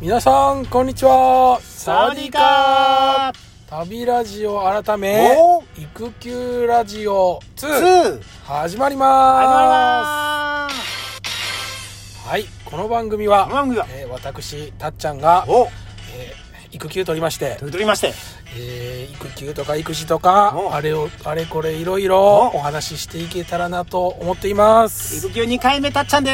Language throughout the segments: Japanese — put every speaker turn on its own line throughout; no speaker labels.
皆さんこんにちは
サワディーカ
旅ラジオ改め
おー
育休ラジオ
ツー
2, 始まります
始まります
はいこの番組
この
は、
番組は
えー私たっちゃんが、
お
えー育休取りまして、
とりとりまして
えー育休とか育児とか
お
あれをあれこれいろいろ
お
お話ししていけたらなと思っています
育休2回目たっちゃんでー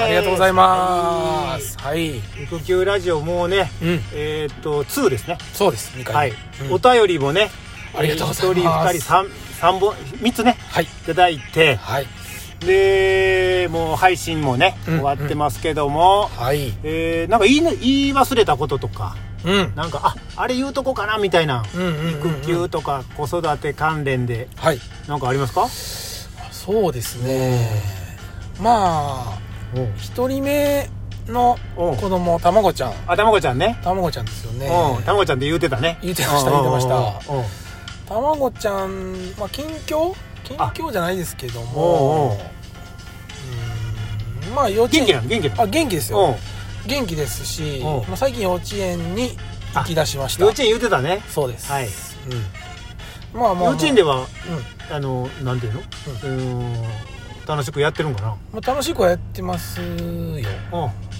す
ありがとうございますはい、
はい育休ラジオもうね
うん
えーっと2ですね
そうです2回
はい
うん
お便りもね
ありがとうございます
1人2人 3, 3本3つね
はい
いただいて
はい
でもう配信もね
うん
終わってますけども
はい
えーなんか言いな言い忘れたこととか
うん
なんかああれ言うとこかなみたいな
うんうんうんうん
育休とか子育て関連で
はい
なんかありますか
そうですねまあ1人目の
おう
子供たまごちゃん
あたまごちゃんね
たまごちゃんですよね
うんたまごちゃんって言うてたね
言うてました言うてました
うんうんうんうん
たまごちゃんまあ近況近況じゃないですけど
おうおう
もうんまあ幼稚園
元気なの元気なの
あ元気です
うん
よ元気ですし
おう
まあ最近幼稚園に行き出しました
幼稚園言うてたね
そうです
はい
うんまあまあまあ
幼稚園で
う
は
ん
あのなんていうのうーん楽しくやってるんかな
まあ楽しくはやってますよ
うん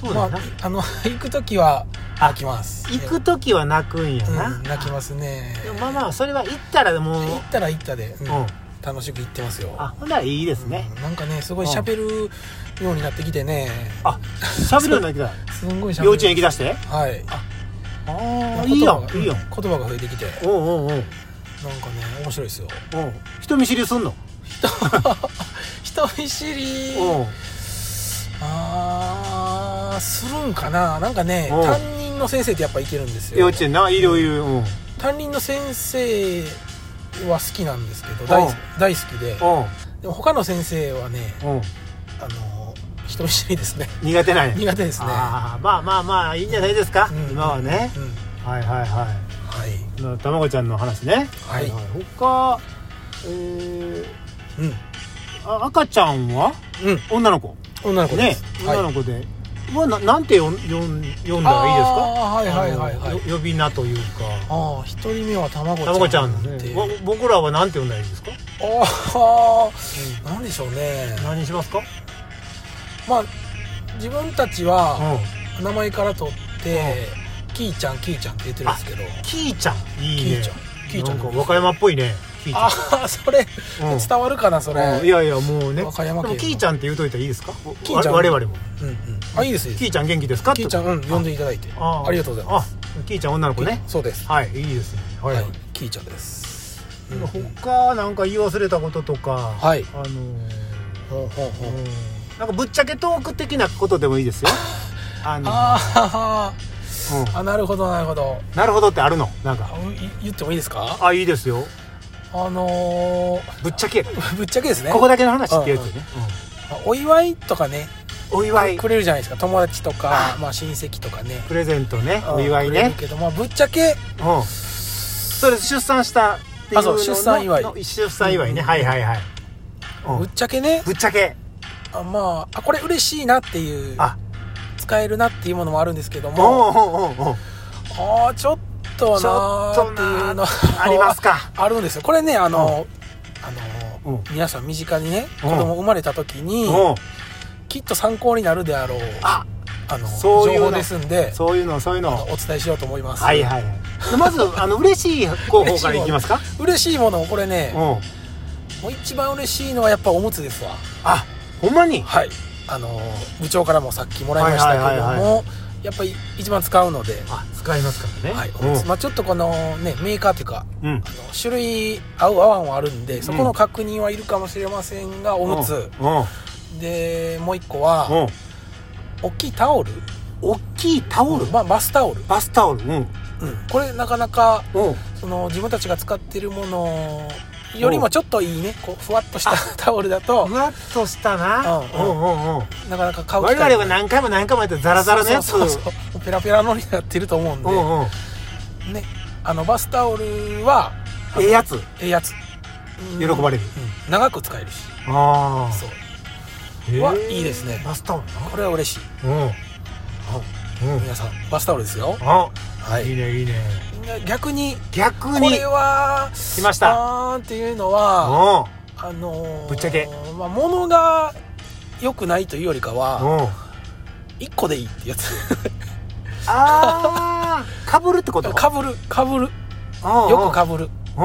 そ
ま
うだ
あ
な、
あの行く時は
あ
泣きます
行く時は泣くんやな
うん、泣きますね
でもまあまあそれは行ったらもう
行ったら行ったで、うん
うん
楽しく行ってますよ
あほんならいいですね
うんなんかねすごい喋るようになってきてね
あ喋るようになってきた
すんごい喋る
幼稚園行きだして
はい
ああいいやんいいや
言
ん
葉が増えてきてなんか
おうおうおう
ね面白いですよ
おう人見知りすんの
人見知り
おう
あーするんかななんかね
うん
担任の先生ってやっぱいけるんですよ
幼稚園ないろいろうん
担任の先生は好きなんですけど大好き大好きで
おう
でも他の先生はね
おう
あの人見知り ですね
苦手なんや
苦手ですね
ああまあまあまあいいんじゃないですか、
うん
今はね
う、ん
はいはいは
はい
いなたまごちゃんの話ね
はい
他えー、
うん
あ赤ちゃんは
うん
女の子
女の子で
ね
す、
女
はい
の子で、はななんてよんよん読んだらいいですか
あーはいはいはい
あ
は
の
い
よ呼び名というか
ああ一人目はたまごちゃん
たまごちゃん
っ
で
て
す
い
ね
う
ぼ僕らはなんて呼んだらいいですか、
ああなんでしょうね
何にしますか
まあ自分たちは名前から取ってキーちゃんキーちゃんって言ってるんですけど
キーちゃんいい
キ
ね
ーちゃんキーちゃん
なんか和歌山っぽいねキーちゃん
ああそれ
うん
伝わるかなそれ
うんいやいやもうね
和歌山
で
県
もキーちゃんって言うといたらいいですか
キーちゃん
我々も
うんうんあいいですいい
キ
で
ーちゃん元気ですか
すキーちゃんうん呼んでいただいてありがとうございます
あキーちゃん女の子
す
ね
そうです
はいいいですねは、
はいいキーちゃんですうんうん
他なんか言い忘れたこととか
はい
あのー
ほうほうほう
うんなんかぶっちゃけトーク的なことでもいいです よあの
あ
うん
ーあなるほどなるほど
なるほどってあるのなんか
あい言ってもいいですか
あいいですよ
あの
ぶっちゃけ
ーぶっちゃけですね
ここだけの話っていうやつね、
お祝いとかね
うんお祝い
くれるじゃないですか友達とかまあ親戚とかね
プレゼントねお祝い
くれる
ね
けどまあぶっちゃけ
うんそれ出産したっていうの
あそう出産祝い
の出産祝いね、はいはいはい、うん
ぶっちゃけね
ぶっちゃけ
あまああこれ嬉しいなっていう
あ
使えるなっていうものもあるんですけど
おう
も
おうおうおう
あーちょっと
ちょ
なー
っと
っていう
な
の
ありますか
あるんですよこれねあのあの
うん
皆さん身近にね
う
子
ん
供生まれた時に
うん
きっと参考になるであろう
あ
あの情
そういうの
報ですんで
そういうのそういうの
お伝えしようと思います
はいはいはいまずあの嬉しい候補からいきますか
嬉しいものこれ
う
ね
ん
もう一番嬉しいのはやっぱおむつですわ
あほんまに
はいあの部長からもさっきもらいましたけども、
はいはいはいは
やっぱり一番使うので、
あ使いますからね
はいお
うん
むつまあ、ちょっとこのねメーカーというか
うん
あの種類合う合わんはあるんでそこの確認はいるかもしれませんが、おむつ
うん
でもう一個
うん
は
うん
大きいタオル、
大きいタオル
まあ、バスタオル、
バスタオルうん
うんこれなかなか
うん
その自分たちが使ってるものよりもちょっといいねこうふわっとしたタオルだと
ふわっとしたな
うん
うんうん
なかなか買う
我
機
々
会
は何回も何回もやってザラザラのやつ
そうそうそうそうペラペラのになってると思うんで、
うんうん
ねあのバスタオルは
ええやつ
ええやつ、
喜ばれる
うん長く使えるし
あ
そう
あ
はいいですね
バスタオル
これは嬉しい
うんうん
皆さんバスタオルですよ
あ、、
はい
い
い
ねいいね
逆に
逆
こ
に
れは
来ました
あーんっていうのは
うん
あのー
ぶっちゃけ
まあ、物が良くないというよりかは
うん
1個でいいってやつ
あーかぶるってこと
かぶるかぶるよくかぶる
ぶうん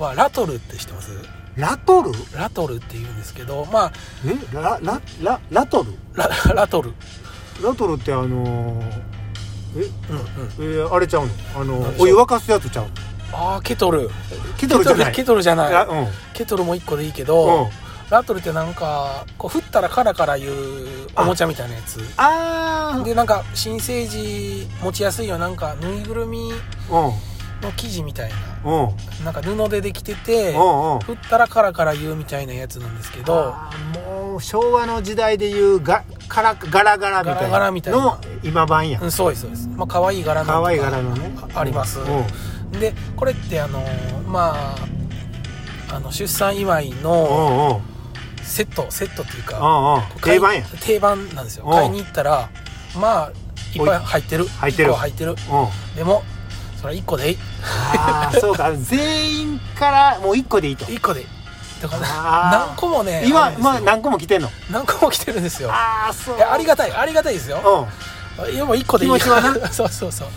はラトルって知ってます
ラトル
ラトルって言うんですけどまあ
えララララトル
ララトル
ラトルってあのーえ
うんうん
えーあれちゃうのあの
何でしょ
お
う
湯沸かすやつちゃうの
ああケトル
ケトルじゃない
ケトルじゃない
あうん
ケトルも1個でいいけ
う
ど、
ん
ラトルってなんかこう振ったらカラカラいうおもちゃみたいなやつ
あ
でなんか新生児持ちやすいよなんかぬいぐるみ
ー
の生地みたいな
うんうんうん
なんか布でできてて
うん
振ったらカラカラ言うみたいなやつなんですけど
あーもう昭和の時代でいうがガラガラガラみたいな
ガラガラみたいな
の今版や
うんそうですそうですまあ可愛い柄のとか
可愛い柄のね
ああります
うん
でこれってあのーまああの出産祝い
うん
の
うんうん
セットセットっていうか
うん
買い
定番や
定番なんですよ
うん
買いに行ったらまあいっぱい入ってる
入ってる
一個は入ってる
うん
でもそれは1個でいい
ああそう か全員からもう一個でいいと
1個でいいだから
あー
何個もね
今
るんですよ
まあ何個も来てんの
何個も来てるんですよ
ああそう
いやありがたいありがたいですよ
うん
いやもう1個でいい
気持ちは な
そうそうそう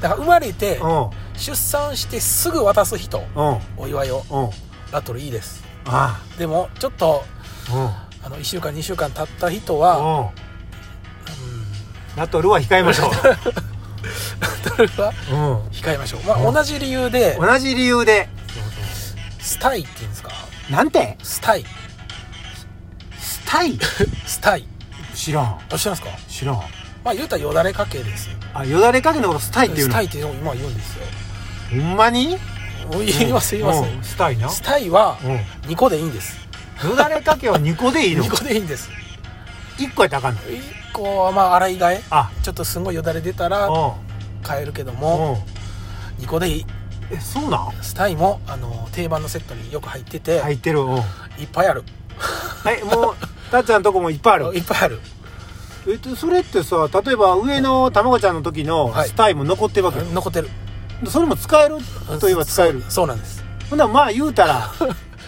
だから生まれて
うん
出産してすぐ渡す人
うん
お祝いを
うん
ラトルいいです
あ
でもちょっと
あうん
あの1週間2週間経った人 は、
うんラトルは控えましょ
ラトルは
う、う
控えましょう、ま
う
あ、
ん
同じ理由で
ん、同じ理由で
スタイって言うんですか
なんて
スタイ
スタイ
スタイ
知らん
どうしてますか
知らん
まあ言うたらよだれかけですよ
あよだれかけのことスタイっていう
ス
の
タイっていうのを今言うんですよ
ほんまに
言います言います、
うんスタイな
スタイは
う
2個でいいんです
んよだれかけは2個でいいの
2個でいいんです
1個やったらあかんの
1個はまあ洗い替え
あ
ちょっとすごいよだれ出たら
う
買えるけど
ん
も
うん
2個でいい
えそうなん
スタイもあの定番のセットによく入ってて、
入ってるうん
いっぱいある
はいもうたっちゃんのとこもいっぱいある
いっぱいある
えっとそれってさ例えば上のたまごちゃんの時の
はい
スタイも残ってるわけ、
残ってる
それも使えるといえば使える
そうなんです
ほんならまあ言うたら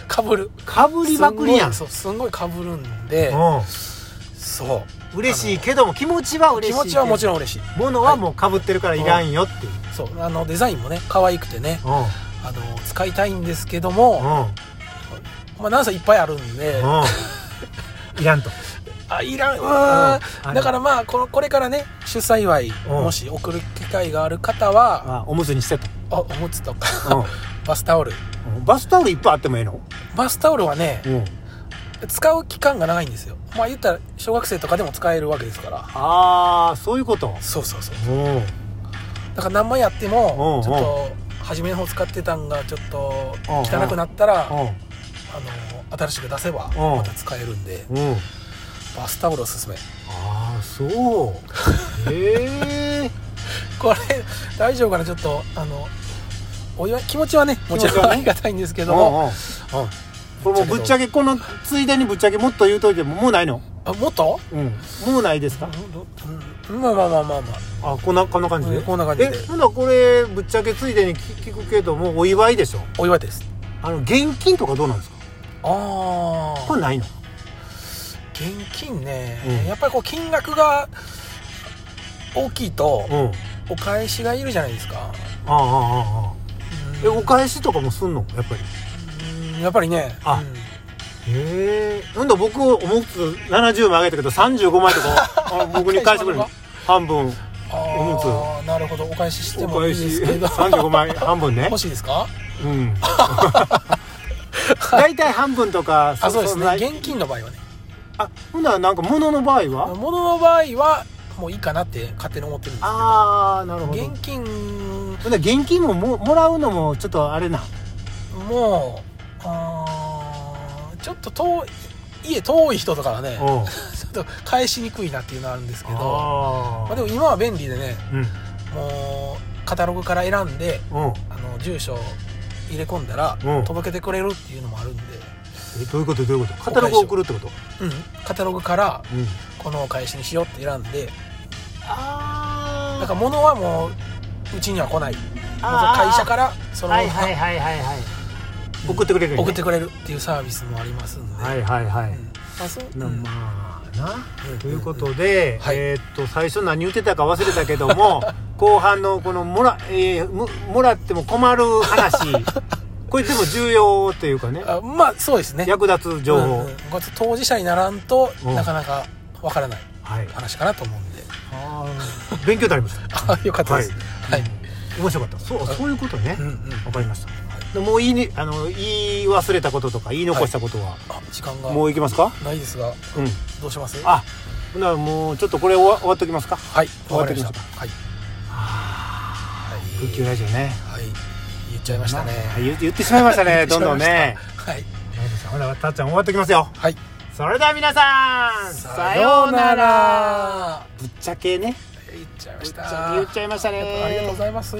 かぶる
かぶりまくりやん
すんごいそうすんごいかぶるんで
う
そ
ん嬉しいけども気持ちは
う
嬉し
気
い
持ちはもち
ろ
ろん嬉しい
んものはもうかぶってるからいらんよっていう、
そうあのデザインもね可愛くてね
うん
あの使いたいんですけども、
う
まあ、なんせいっぱいあるんで、
んうんいらんと
あいらんうーん、
うん
だからまあこのこれからね出産祝い、
ん
もし送る機会がある方は、
あおむつにしてと、
あおむつとか、バスタオル
うん、バスタオルいっぱいあってもええの
バスタオルはね
うん
使う期間が長いんですよまあ言ったら小学生とかでも使えるわけですから
ああそういうこと
そうそうそう
うんうん
だから何枚やっても
うん
ちょっと初めの方使ってたんがちょっと
うん
汚くなったらあの新しく出せば
うん
また使えるんで
うん
バスタオルおすすめ
ああそう へえ
これ 大丈夫かなちょっとあのお祝い気持ちはねもち
気持ち
ろん
は
あ
ね
りがたいんですけ
け
ども、
うんこれもうぶっちゃけこのついでにぶっちゃけもっと言うといてももうないの
あもっと、
うんもうないですか
うん、まあまあまあまあまあ
あこんなこんな感じで、
うんこんな感じで
えほなこれぶっちゃけついでに聞聞くけどもお祝いでしょ
お祝いです
あの現金とかどうなんですか
あ
こ
あ
れないの
現金ね、
うん
やっぱりこう金額が大きいと
うん
お返しがいるじゃないですか、
ああああああえ
うん
お返しとかもすんのやっぱり
うんやっぱりね
あ
うん
へえなんだ僕おむつ70枚あげたけど35枚とか あ僕に返してくれる
返し
半分おむつ
ああなるほどお返しして
お
もい
返
いで
し
すけ ど
35枚半分ね
欲しいですか
うん。大体半分とか、
あそうです
んな
ね現金の場合はね
あ、ほんならなんか物の場合は
物の場合はもういいかなって勝手に思ってるんです
ああ、なるほ
け
ど。
ど現金
ほんなら現金もももらうのもちょっとあれな。
もうあーちょっと遠い家遠い人とかはね
うん。
ちょっと返しにくいなっていうのはあるんですけど
あ
まあ、
あ。
でも今は便利でね
うん。
もうカタログから選んで
うん。
あの住所入れ込んだら
うん
届けてくれるっていうのもあるんで、
え、どういうことどういうことカタログを送るってこと
うん、カタログから
うん。
このお返しにしようって選んで
あ
だから物はもううちには来ないまず会社からその
は
ま
い
ま
はいはいはいはい送ってくれるよね
送ってくれるっていうサービスもありますんで、
はいはいは
う
い、
んまあそう
な
うん
まあな、
うん
ということで、
はい
えーっと最初何言ってたか忘れたけども 後半のこのもら,、えーももらっても困る 話これでも重要というかね
あまあそうですね
役立つ情報、
うんうんこいつ当事者にならんと
うん
なかなかわからない
はい
話かなと思うんで
勉強になりました
あよかったですはい、
うん面白かったそうそういうことね
うんうん
わかりましたでもう言いにあの言い忘れたこととか言い残したことは、
あ時間が
もういきますか
ないですが
うん
どうします
あほならもうちょっとこれ終わ終わっときますか
はい
終
わ
わ
か
って
り
き
ま
ま
し
した
たはいはい
空気ラジオね
はい言っちゃいましたね
まあ言 言ってしまいましたねどんどんね
はい
ほらたっちゃん終わってきますよ
はい
それでは皆さんさようならぶっちゃけね
言っちゃいま
ぶっ
し
ち
た
ゃけ言っちゃいましたね
ありがとうございます